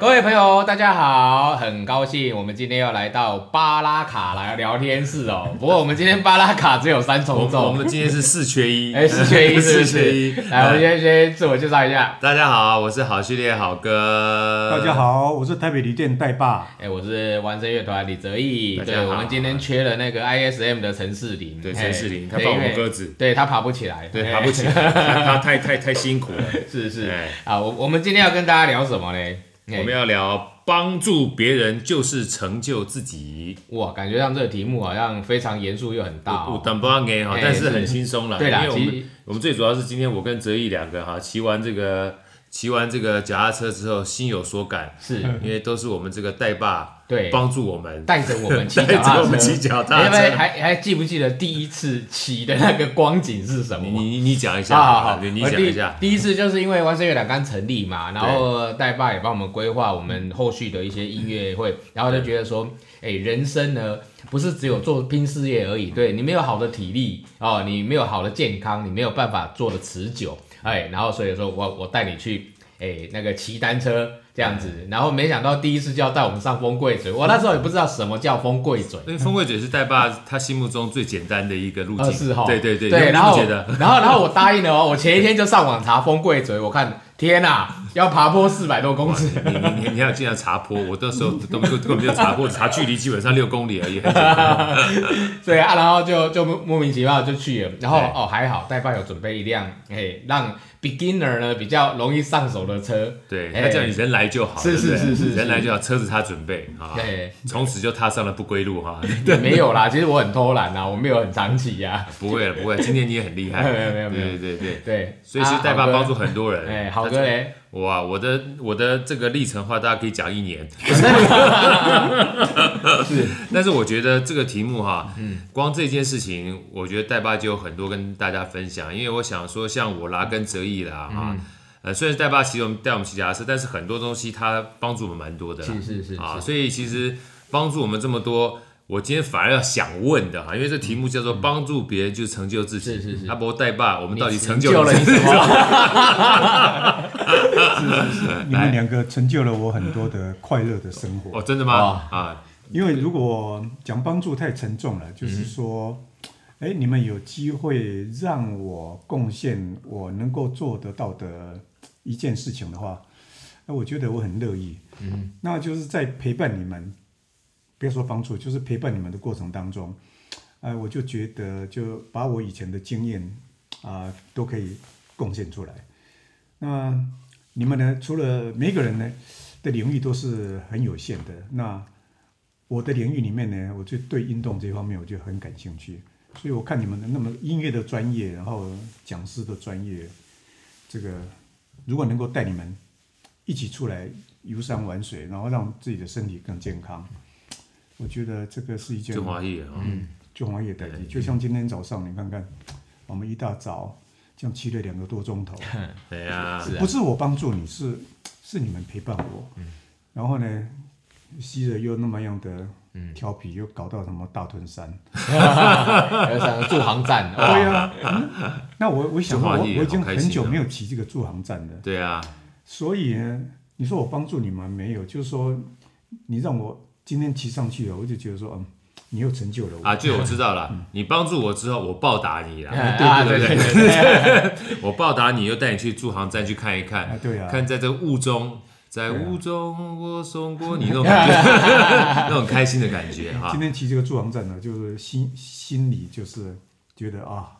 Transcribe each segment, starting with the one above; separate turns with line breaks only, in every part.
各位朋友，大家好，很高兴我们今天要来到巴拉卡来聊天室哦。不过我们今天巴拉卡只有三
我
重
们我
奏
们，的今天是四缺一，
哎，四缺一是不
四缺
是
一？。
来，我们
嗯
先先自我介绍一下。
大家好，我是好序列好哥。
大家，好，我是台北旅店代爸。
哎，我是完声乐团李泽义。
大家
对，
好
我们今天缺了那个 ISM 的陈世林。
对
嘿
陈世林他
对
放我们
因为
鸽子
对他爬不起来，
对，
嘿
爬不起。来，他他太太太辛苦了。
是是
哎
啊，我我们今天要跟大家聊什么哎呢？
我
嘿
们要聊帮助别人就是成就自己，
哇，感觉上这个题目好像非常严肃又很大
我
哦。
等不让给哈
哎，
但是很轻松啦。
对啦
因为我
其
们我们最主要是今天我跟哲毅两个哈骑完这个骑完这个脚踏车之后心有所感，
是，
因为都是我们这个代爸
对，
帮助我们，
带着我们骑
带
脚踏
着我
车
们。骑脚
你
踏
们还
车。
还还记不记得第一次骑的那个光景是什
你
么？
你你你讲一下，
啊，好好，
你你
我
讲一下。
第。第一次就是因为万圣乐团刚成立嘛，然后代爸也帮我们规划我们后续的一些音乐会，然后就觉得说，哎，人生呢不是只有做拼事业而已，对你没有好的体力哦，你没有好的健康，你没有办法做的持久，哎，然后所以说我我带你去，哎，那个骑单车。这样子，然后没想到第一次就要带我们上风柜嘴，我那时候也不知道什么叫风柜嘴，
因为风味嘴是带爸他心目中最简单的一个路
二
径，
四号，
对对对，
啊对，
你
然
不
后
觉得？
然后然后我答应了哦，我前一天就上网查风柜嘴，我看天呐、要爬坡四百多公尺，
你你你你还有经常爬坡，我那时候都都根本没有爬坡，爬距离基本上六公里而已，很简单
对啊，然后就就莫名其妙就去了，然后
对
哦还好，代爸有准备一辆，嘿，让 beginner 呢比较容易上手的车，
对，
哎
他叫你人来就好，
是
对不对
是是是是
人来就好，车子他准备啊，
对，
从此就踏上了不归路 哈，
也没有啦，其实我很偷懒啊啦，我没有很长期啊呀、
不会了不会了，今天你也很厉害，
没有没有没有
对对对，
对，
所以其实代爸帮助
啊，
很多
好
人，
哥哎，好哥嘞，
哇，我的我的这个历程的话，大家可以讲一年。 但是我觉得这个题目哈，
嗯
光这件事情，我觉得代爸就有很多跟大家分享，因为我想说，像我啦跟哲毅啦哈，
嗯
呃，虽然代爸骑我们带我们骑脚踏车，但是很多东西他帮助我们蛮多的啦
是是是
啊，
是
所以其实帮助我们这么多。我今天反而要想问的哈，因为这题目叫做帮助别人就成就自己。啊
是是是
阿伯代爸，我们到底
你
成就
了
自
你
己
什 么？
你们两个成就了我很多的快乐的生活
哦，。真的吗？啊，
因为如果讲帮助太沉重了，就是说，哎，你们有机会让我贡献我能够做得到的一件事情的话，那我觉得我很乐意。嗯，那就是在陪伴你们，不要说帮助，就是陪伴你们的过程当中，哎，我就觉得就把我以前的经验啊、都可以贡献出来。那你们呢？除了每一个人呢的领域都是很有限的，那我的领域里面呢，我就对运动这方面我就很感兴趣，所以我看你们的那么音乐的专业，然后讲师的专业，这个如果能够带你们一起出来游山玩水，然后让自己的身体更健康，我觉得这个是一件
就华裔啊，
嗯
就黄也代替，就像今天早上你看看，我们一大早这样骑了两个多钟头，
对哎嗯呀，
是啊
不是我帮助你，是是你们陪伴我。然后呢，吸了又那么样的
嗯
调皮，又搞到什么大 屯山。
还有什么驻航站？哦哇
哎
对啊，嗯那我 我想
这
我
话
我
你也
已经
好开
很
心
久
哦
没有骑这个驻航站了，
对啊，
所以呢，你说我帮助你们没有？就是说你让我今天骑上去了，我就觉得说，嗯，你又成就了我。
啊，就我知道了，你帮助我之后，我报答你啦，
嗯 啊
对
对
对
对嗯
对对， 我报答你，又带你去驻航站去看一看
啊，对啊
看在这雾中，在
对啊
雾中我送过你那 种感觉，那种开心的感觉哈
今，天骑这个驻航站呢，就是心心里就是觉得啊，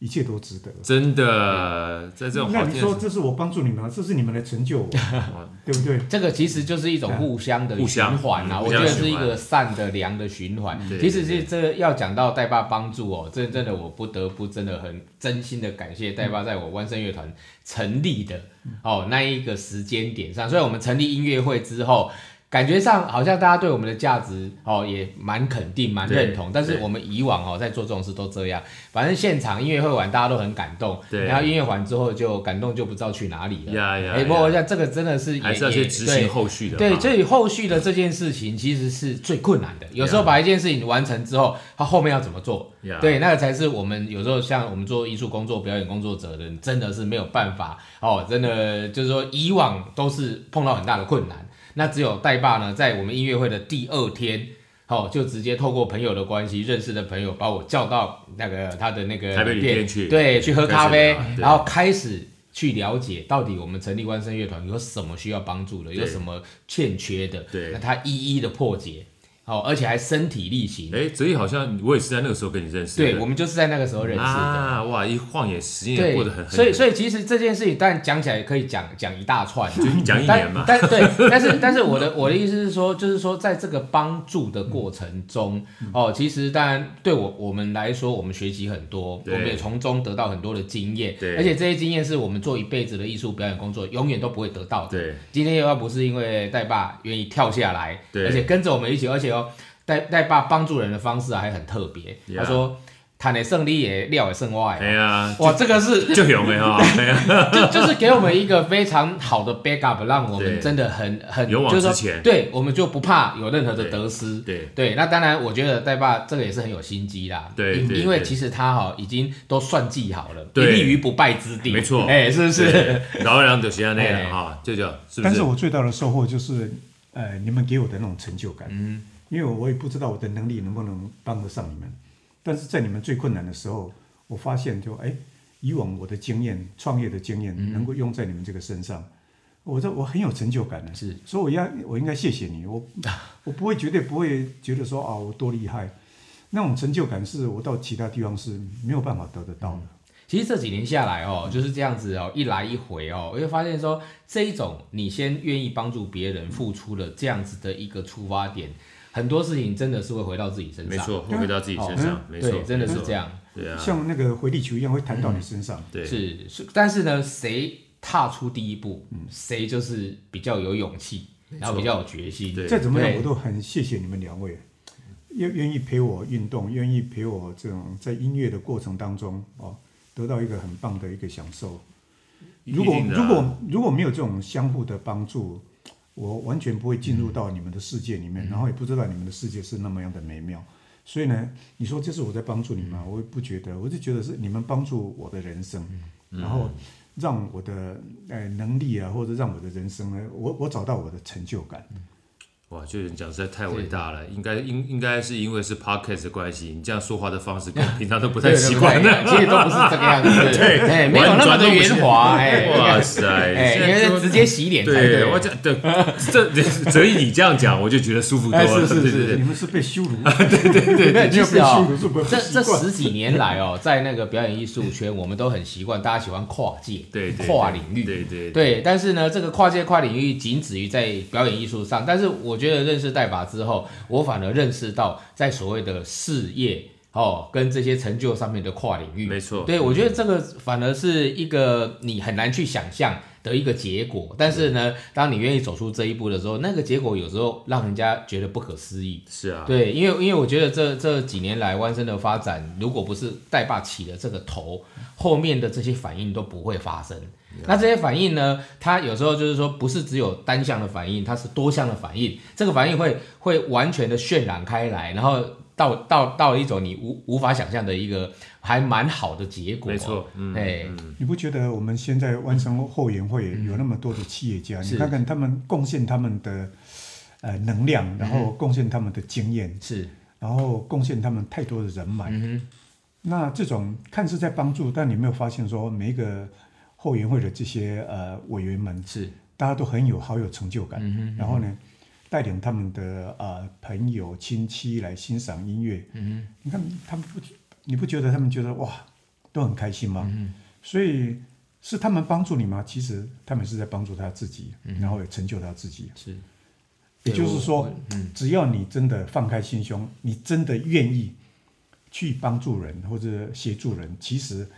一切都值得。
真的，在这种
那
好
你
天
说
的时
这是我帮助你们，这是你们来成就我，
候，
对不对？
这个其实就是一种互相的
互相
循环啊，
嗯
我觉得
互相
是一
循环嗯
个善的良的循环。
对
其实
对
是这要讲到代爸帮助哦，这真的我不得不真的很真心的感谢代爸，在我万盛乐团成立的哦那一个时间点上，所以我们成立音乐会之后。感觉上好像大家对我们的价值哦也蛮肯定、蛮认同，
对
但是
对
我们以往哦在做这种事都这样，反正现场音乐会完大家都很感动，
对
然后音乐完之后就感动就不知道去哪里了。
呀呀
哎，不过我
呀
想这个真的是也
还是要
也
去执
对
行后续的嘛，
对，所以后续的这件事情其实是最困难的。有
啊
时候把一件事情完成之后，它后面要怎么做
Yeah
对，那个才是我们有时候像我们做艺术工作、表演工作者的人，真的是没有办法哦，真的就是说以往都是碰到很大的困难。那只有代爸呢，在我们音乐会的第二天。哦，就直接透过朋友的关系，认识的朋友把我叫到那个他的那个
台北旅
店
店去
对，去喝
开始
咖啡
聊，对
然后开始去了解到底我们成立万声乐团有什么需要帮助的，有
对
什么欠缺的，
对
那他一一的破解，哦，而且还身体力行，
哎，泽毅好像我也是在那个时候跟你认识的，
对我们就是在那个时候认识的。
啊，哇，一晃眼时间也
对
过得很，，很
所以
以
所以其实这件事情，当然讲起来可以讲讲一大串，
就讲一年嘛，
但但 对，但是但是我的我的意思是说，就是说在这个帮助的过程中，哦，其实当然对我我们来说，我们学习很多，我
对
们也从中得到很多的经验，
对
而且这些经验是我们做一辈子的艺术表演工作永远都不会得到的。
对，
今天要不是因为代爸愿意跳下来，
对
而且跟着我们一起，而且哦，代代爸帮助人的方式啊还很特别，
Yeah
他说：“谈的胜利也料也胜外。”
哎呀，
哇，这个是
就有没有？哎呀，
就就是给我们一个非常好的 backup，让我们
对
真的很很
勇往
就是说
直前
对，我们就不怕有任何的得失。
对，
对，那当然，我觉得戴爸这个也是很有心机啦。
对
因
对
因为
对
其实他哈已经都算计好了，
对
立于不败之地。
没错
哎，是不是？
对老二郎就像那
哎
样哈，舅舅是不
但
是
是？我最大的收获就是，呃，你们给我的那种成就感，嗯，因为我也不知道我的能力能不能帮得上你们，但是在你们最困难的时候，我发现就哎，以往我的经验、创业的经验能够用在你们这个身上，我这我很有成就感的，
是，
所以我要我应该谢谢你，我我不会绝对不会觉得说啊我多厉害，那种成就感是我到其他地方是没有办法得得到的。
其实这几年下来哦，就是这样子哦，一来一回哦，我就发现说，这一种你先愿意帮助别人付出的这样子的一个出发点，很多事情真的是会回到自己身上。
没错，会回到自己身上，
嗯
没错
对，，真的
没
是
错
这，样。
对啊，
像那个回力球一样会弹到你身上，
对，
是是，但是呢，谁踏出第一步，
嗯
谁就是比较有勇气，然后比较有决心。
对
再怎么样，
对
我都很谢谢你们两位，愿愿意陪我运动，愿意陪我这种在音乐的过程当中哦，得到一个很棒的一个享受。如果
一定的啊
如果如果没有这种相互的帮助，我完全不会进
嗯
入到你们的世界里面，然后也不知道你们的世界是那么样的美妙。所以呢，你说这是我在帮助你吗？
嗯
我也不觉得，我就觉得是你们帮助我的人生，
嗯
然后让我的呃能力啊，或者让我的人生呢，我我找到我的成就感。
哇，舅舅你讲实在太伟大了，应该应应该是因为是 podcast 的关系，你这样说话的 方式跟我平常都不
不
太习惯的。
其实都不是这个样子， 对，哎，没有那么的圆滑，哎，
哇塞，
哎，
现
因
在
为直接洗脸才
对，我讲对，这所以你这样讲，我就觉得舒服多
哎是
了。
是
对
是
对对
你们是被羞辱，
对对，其
就
实
被羞
哦
辱，是不
这这
习惯
十几年来哦，在那个表演艺术圈，我们都很习惯，大家喜欢跨界，
对对，
跨领域，
对对
对，但是呢，这个跨界跨领域仅止于在表演艺术上，但是我觉得认识代法之后，我反而认识到在所谓的事业哦跟这些成就上面的跨领域，
没错
对，我觉得这个反而是一个你很难去想象的一个结果，但是呢，当你愿意走出这一步的时候，那个结果有时候让人家觉得不可思议。
是啊，
对，因为因为我觉得这这几年来弯身的发展，如果不是带爸起了这个头，后面的这些反应都不会发生。那这些反应呢，它有时候就是说不是只有单向的反应，它是多项的反应。这个反应会会完全的渲染开来，然后到到到一种你无无法想象的一个还蛮好的结果。
没错，嗯，
哎，
你不觉得我们现在万盛后援会有那么多的企业家？
是
你看看他们贡献他们的呃能量，
嗯
然后贡献他们的经验，
是，
然后贡献他们太多的人脉。
嗯
那这种看似在帮助，但你有没有发现说每一个后援会的这些呃委员们
哼，，是，嗯
大家都很有好有成就感，然后呢，带领他们的呃朋友
嗯
亲戚来欣赏音乐，你看他们不，你不觉得他们觉得哇，都很开心嘛。嗯、所以是他们帮助你吗？其实他们是在帮助他自己，
嗯
然后也成就他自己。
是，
也就是说，
嗯
只要你真的放开心胸，你真的愿意去帮助人或者协助人，其实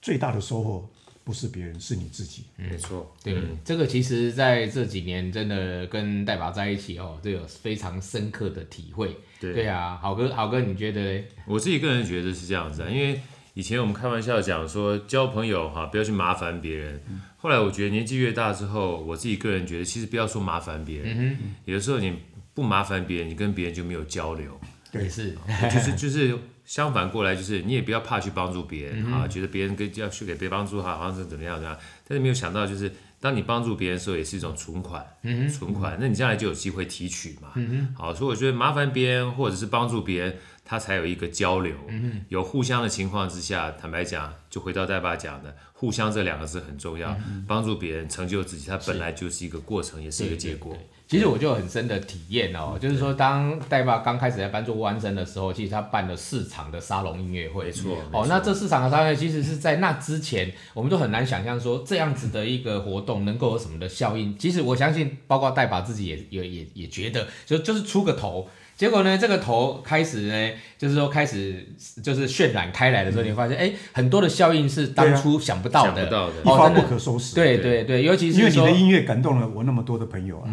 最大的收获不是别人，是你自己。
嗯
没错，
对，这个其实在这几年真的跟戴爸在一起哦，都有非常深刻的体会。
对
啊，好哥，好哥，你觉得嘞？
我自己个人觉得是这样子啊，因为以前我们开玩笑讲说交朋友哈、不要去麻烦别人。后来我觉得年纪越大之后，我自己个人觉得，其实不要说麻烦别人，有的时候你不麻烦别人，你跟别人就没有交流，
对
也是，
就是就是相反过来，就是你也不要怕去帮助别人、啊，觉得别人跟要去给别人帮助哈，好像是怎么样怎么样，但是没有想到就是。当你帮助别人的时候，也是一种存款，存款，那你将来就有机会提取嘛。好，所以我觉得麻烦别人或者是帮助别人，他才有一个交流，有互相的情况之下，坦白讲，就回到戴爸讲的，互相这两个字很重要，帮助别人成就自己，它本来嗯就是一个过程，也是一个结果。
其实我就有很深的体验哦，
嗯
就是说，当戴爸刚开始在搬做弯身的时候，其实他办了四场的沙龙音乐会，
没错没
哦
错，
那这四场的沙龙音乐会其实是在那之前，我们都很难想象说这样子的一个活动能够有什么的效应。其实我相信，包括戴爸自己也也也也觉得，就就是出个头。结果呢，这个头开始呢，就是说开始就是渲染开来的时候，你会发现哎，很多的效应是当初想不到的，
想不到的
一发
哦，真
嗯不
的，
可收拾。
对对对，尤其是
因为你
说
的音乐感动了我那么多的朋友啊，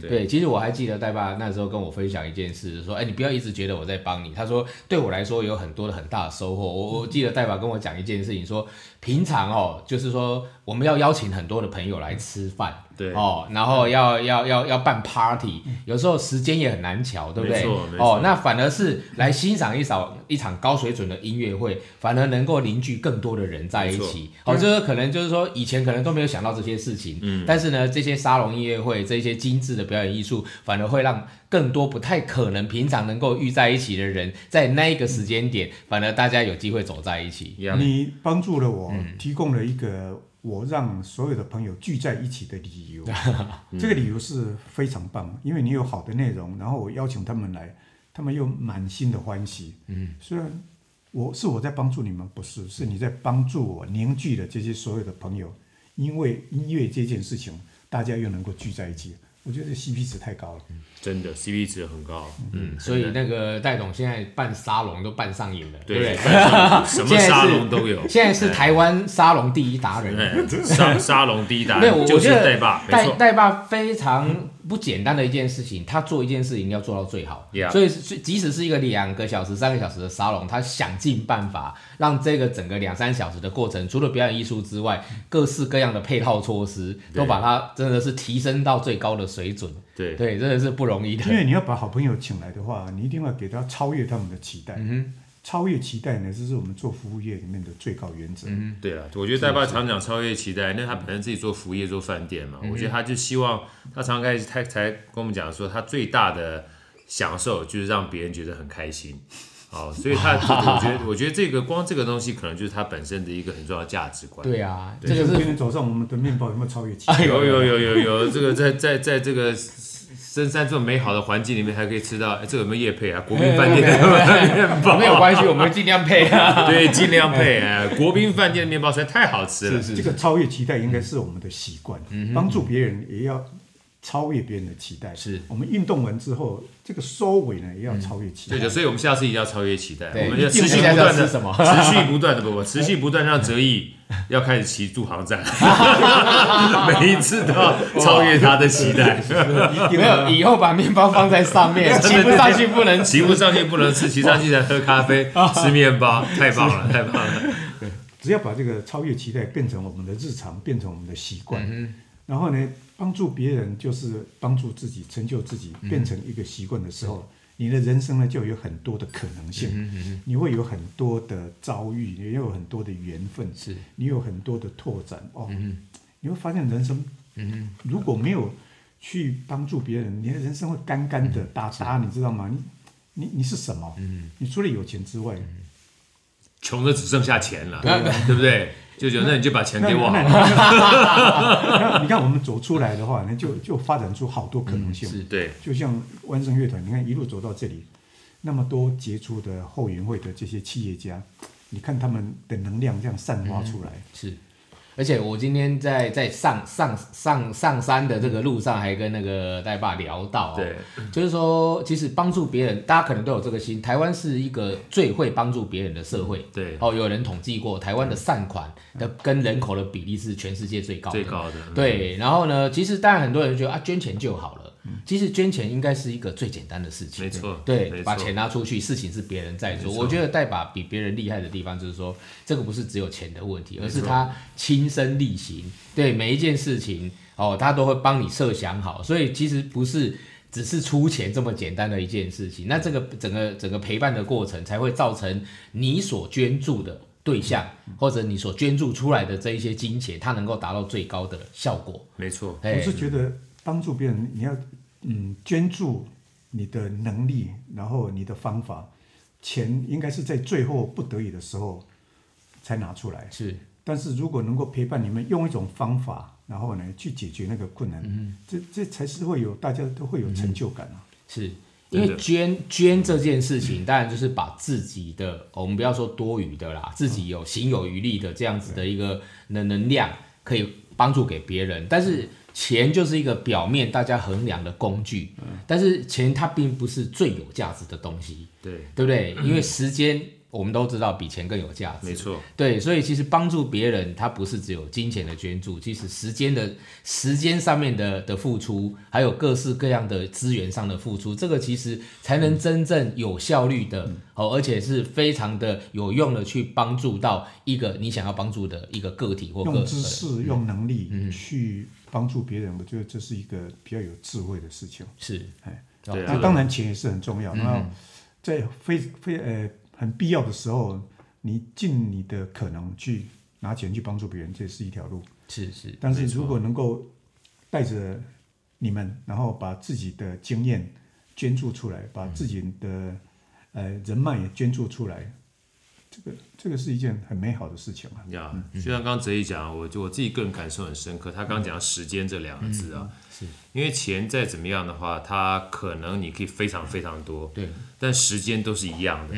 对
对，其实我还记得戴爸那时候跟我分享一件事，说：“哎、你不要一直觉得我在帮你。”他说：“对我来说有很多的很大的收获。我”我记得戴爸跟我讲一件事情，说平常哦，就是说我们要邀请很多的朋友来吃饭，
对嗯
哦，然后要要要要办 party，有时候时间也很难瞧，对不对？
没错没错
哦，那反而是来欣赏一场一场高水准的音乐会，反而能够凝聚更多的人在一起。哦，这个可能就是说以前可能都没有想到这些事情，嗯，但是呢，这些沙龙音乐会，这些精致的表演艺术，反而会让更多不太可能平常能够遇在一起的人，在那一个时间
嗯
点，反而大家有机会走在一起。
一样
你帮助了我，提供了一个我让所有的朋友聚在一起的理由。这个理由是非常棒，因为你有好的内容，然后我邀请他们来，他们又满心的欢喜。嗯，虽然我是我在帮助你们，不是，是你在帮助我凝聚了这些所有的朋友，因为音乐这件事情，大家又能够聚在一起，我觉得 CP 值太高了。
真的 CP 值很高，嗯，
所以那个戴董现在办沙龙都办上瘾了，对不
对，
对？
反正什么沙龙都有，
现在是台湾沙龙第一达人。
对沙沙龙第一答
没有，我
案就
我
是
觉得
戴爸，没
戴
错，
戴爸非常不简单的一件事情，他做一件事情要做到最好
Yeah
所以所以即使是一个两个小时、三个小时的沙龙，他想尽办法让这个整个两三小时的过程，除了表演艺术之外，
嗯
各式各样的配套措施都把它真的是提升到最高的水准。
对
对，真的是不容易的
因。为你要把好朋友请来的话，你一定要给他超越他们的期待。
嗯
超越期待呢，这是我们做服务业里面的最高原则。
嗯
对了，我觉得戴爸常讲超越期待，那他本身自己做服务业做饭店嘛，我觉得他就希望他常开始他才跟我们讲说，他最大的享受就是让别人觉得很开心。哦，所以他我觉得我觉得这个光这个东西可能就是他本身的一个很重要的价值观。
对啊，
这
这
个
个
是今
是
天早上我们的面包有没有超越期待？
有有有有有，这个在在在这个深山这么美好的环境里面，还可以吃到，哎，这个有没有夜配啊？国民饭店的面包
没有关系，我们尽量配 啊。
对，尽量配。哎，国宾饭店的面包实在太好吃了。
这个超越期待应该是我们的习惯，
嗯
帮助别人也要超越别人的期待。
是嗯
我们运动完之后，这个收尾呢也要超越期待。
对的，所以我们下次一定要超越期待，
对
我们要
一定
持续
我
不
们下次要
断的，
吃什么
持续不断的，不不，持续不断让泽毅要开始骑驻航站，每一次都要超越他的期待，
一定
没有，
要
以后把面包放在上 面，骑不上去不能骑。
骑不上去不能吃，骑上去才喝咖啡、吃面包，太棒了，太棒了，
只要把这个超越期待变成我们的日常，变成我们的习惯，然后呢，帮助别人就是帮助自己，成就自己，变成一个习惯的时候，你的人生呢就有很多的可能性，你会有很多的遭遇，你有很多的缘分，
是
你有很多的拓展哦，你会发现人生，如果没有去帮助别人，你的人生会干干的、打打，你知道吗？你你你是什么？你除了有钱之外，
穷的只剩下钱了，对不对？舅舅，那你就把钱
那
给我好
那
了。
那 你看我们走出来的话，那就就发展出好多可能性。
嗯是
对，
就像万盛乐团，你看一路走到这里，那么多杰出的后援会的这些企业家，你看他们的能量这样散发出来，
是，而且我今天在在上上上上山的这个路上，还跟那个戴爸聊到、哦，
对，
就是说，其实帮助别人，大家可能都有这个心。台湾是一个最会帮助别人的社会。
嗯对嗯
哦，有人统计过，台湾的善款的跟人口的比例是全世界最高的。
最高的，嗯
对，然后呢，其实当然很多人觉得啊，捐钱就好了。
嗯
其实捐钱应该是一个最简单的事情。
没错没
对，
错
把钱拿出去，事情是别人在做。我觉得代把比别人厉害的地方就是说，这个不是只有钱的问题，而是他亲身力行，对每一件事情哦，他都会帮你设想好。所以其实不是只是出钱这么简单的一件事情。那这个整个整个陪伴的过程才会造成你所捐助的。对象
嗯
或者你所捐助出来的这一些金钱，它能够达到最高的效果。
没错，
哎
我是觉得帮助别人，你要嗯捐助你的能力，然后你的方法，钱应该是在最后不得已的时候才拿出来。
是
但是如果能够陪伴你们用一种方法，然后呢去解决那个困难，这这才是会有大家都会有成就感啊。
是，因
真的
为捐捐这件事情，当然就是把自己的，我们不要说多余的啦，自己有行有余力的这样子的一个能能量，可以帮助给别人。但是钱就是一个表面大家衡量的工具，但是钱它并不是最有价值的东西，
对，
对不对？因为时间我们都知道比钱更有价值，
没错，
对，所以其实帮助别人，他不是只有金钱的捐助，其实时间的时间上面的的付出，还有各式各样的资源上的付出，这个其实才
嗯
能真正有效率的、哦，而且是非常的有用的去帮助到一个你想要帮助的一个个体或个呃
用知
人。
识、用能力去帮助别人，我觉得这是一个比较有智慧的事情。
是，
哎，
哦
对啊
那当然钱也是很重要。然后在非非呃很必要的时候，你尽你的可能去拿钱去帮助别人，这是一条路。
是是
但是如果能够带着你们，然后把自己的经验捐助出来，把自己的、呃人脉也捐助出来，这个这个是一件很美好的事情啊。
呀，
嗯
就像刚刚哲一讲，我就我自己个人感受很深刻。他刚刚讲“时间”这两个字啊，
嗯是
因为钱再怎么样的话，它可能你可以非常非常多，
对，嗯
但时间都是一样的。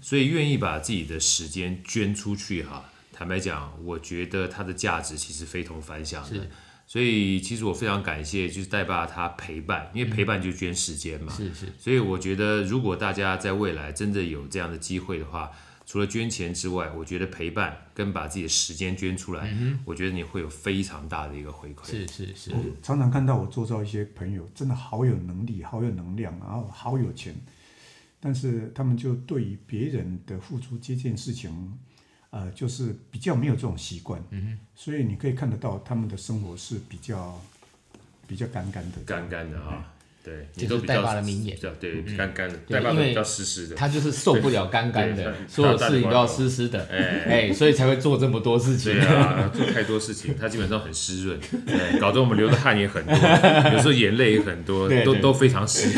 所以愿意把自己的时间捐出去哈、坦白讲，我觉得它的价值其实非同凡响的。所以其实我非常感谢，就是带爸他陪伴，因为陪伴就捐时间嘛。
是是，
所以我觉得，如果大家在未来真的有这样的机会的话，除了捐钱之外，我觉得陪伴跟把自己的时间捐出来，我觉得你会有非常大的一个回馈。
嗯是是是
我，常常看到我周遭一些朋友，真的好有能力，好有能量，然后好有钱，但是他们就对于别人的付出这件事情，呃，就是比较没有这种习惯。嗯所以你可以看得到他们的生活是比较比较干干的。
干干的啊，对，
这
你都
嗯是
比较
代爸的名言嗯
比较对，干干的，
对
代爸都
因为
比较湿湿的。
他就是受不了干干
对
的，
对
所有
他
事情都要湿湿的，哎、所以才会做这么多事情
对。啊， 做太多事情，他基本上很湿润，对，搞得我们流的汗也很多，有时候眼泪也很多，
对
都
对
都非常湿。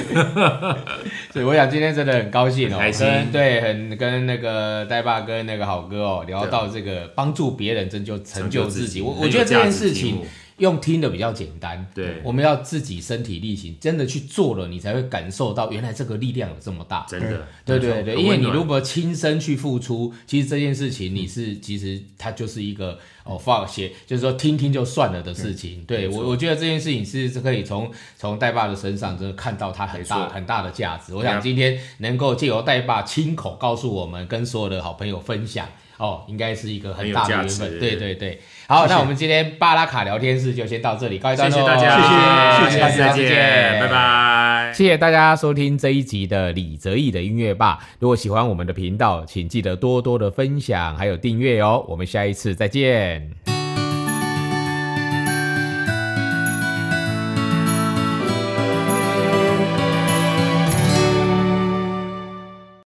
所以我想今天真的很高兴哦，
很开心
跟对，很跟那个呆爸跟那个好哥哦聊到这个帮助别人成就成就自己，我我觉得这件事
很有价值的题
情
目
用听的比较简单，
对
我们要自己身体力行，真的去做了，你才会感受到原来这个力量有这么大。
真的，
对对对，
很
因为
温
你
暖
如果亲身去付出，其实这件事情你是其实它就是一个哦放写，就是说听听就算了的事情。对
没
我
错
我觉得这件事情是是可以从从戴爸的身上真的看到他很
没
大
错
很大的价值。我
对啊
想今天能够借由戴爸亲口告诉我们，跟所有的好朋友分享。哦，应该是一个
很
很
有
大的
价
缘分，
值
对对对。好，那我们今天巴拉卡聊天室就先到这里，告一段
谢
落。
谢大家，
谢谢
下
下次
次
再
再
见，拜。拜。
谢谢大家收听这一集的李泽毅的音乐吧。如果喜欢我们的频道，请记得多多的分享，还有订阅哦。我们下一次再见。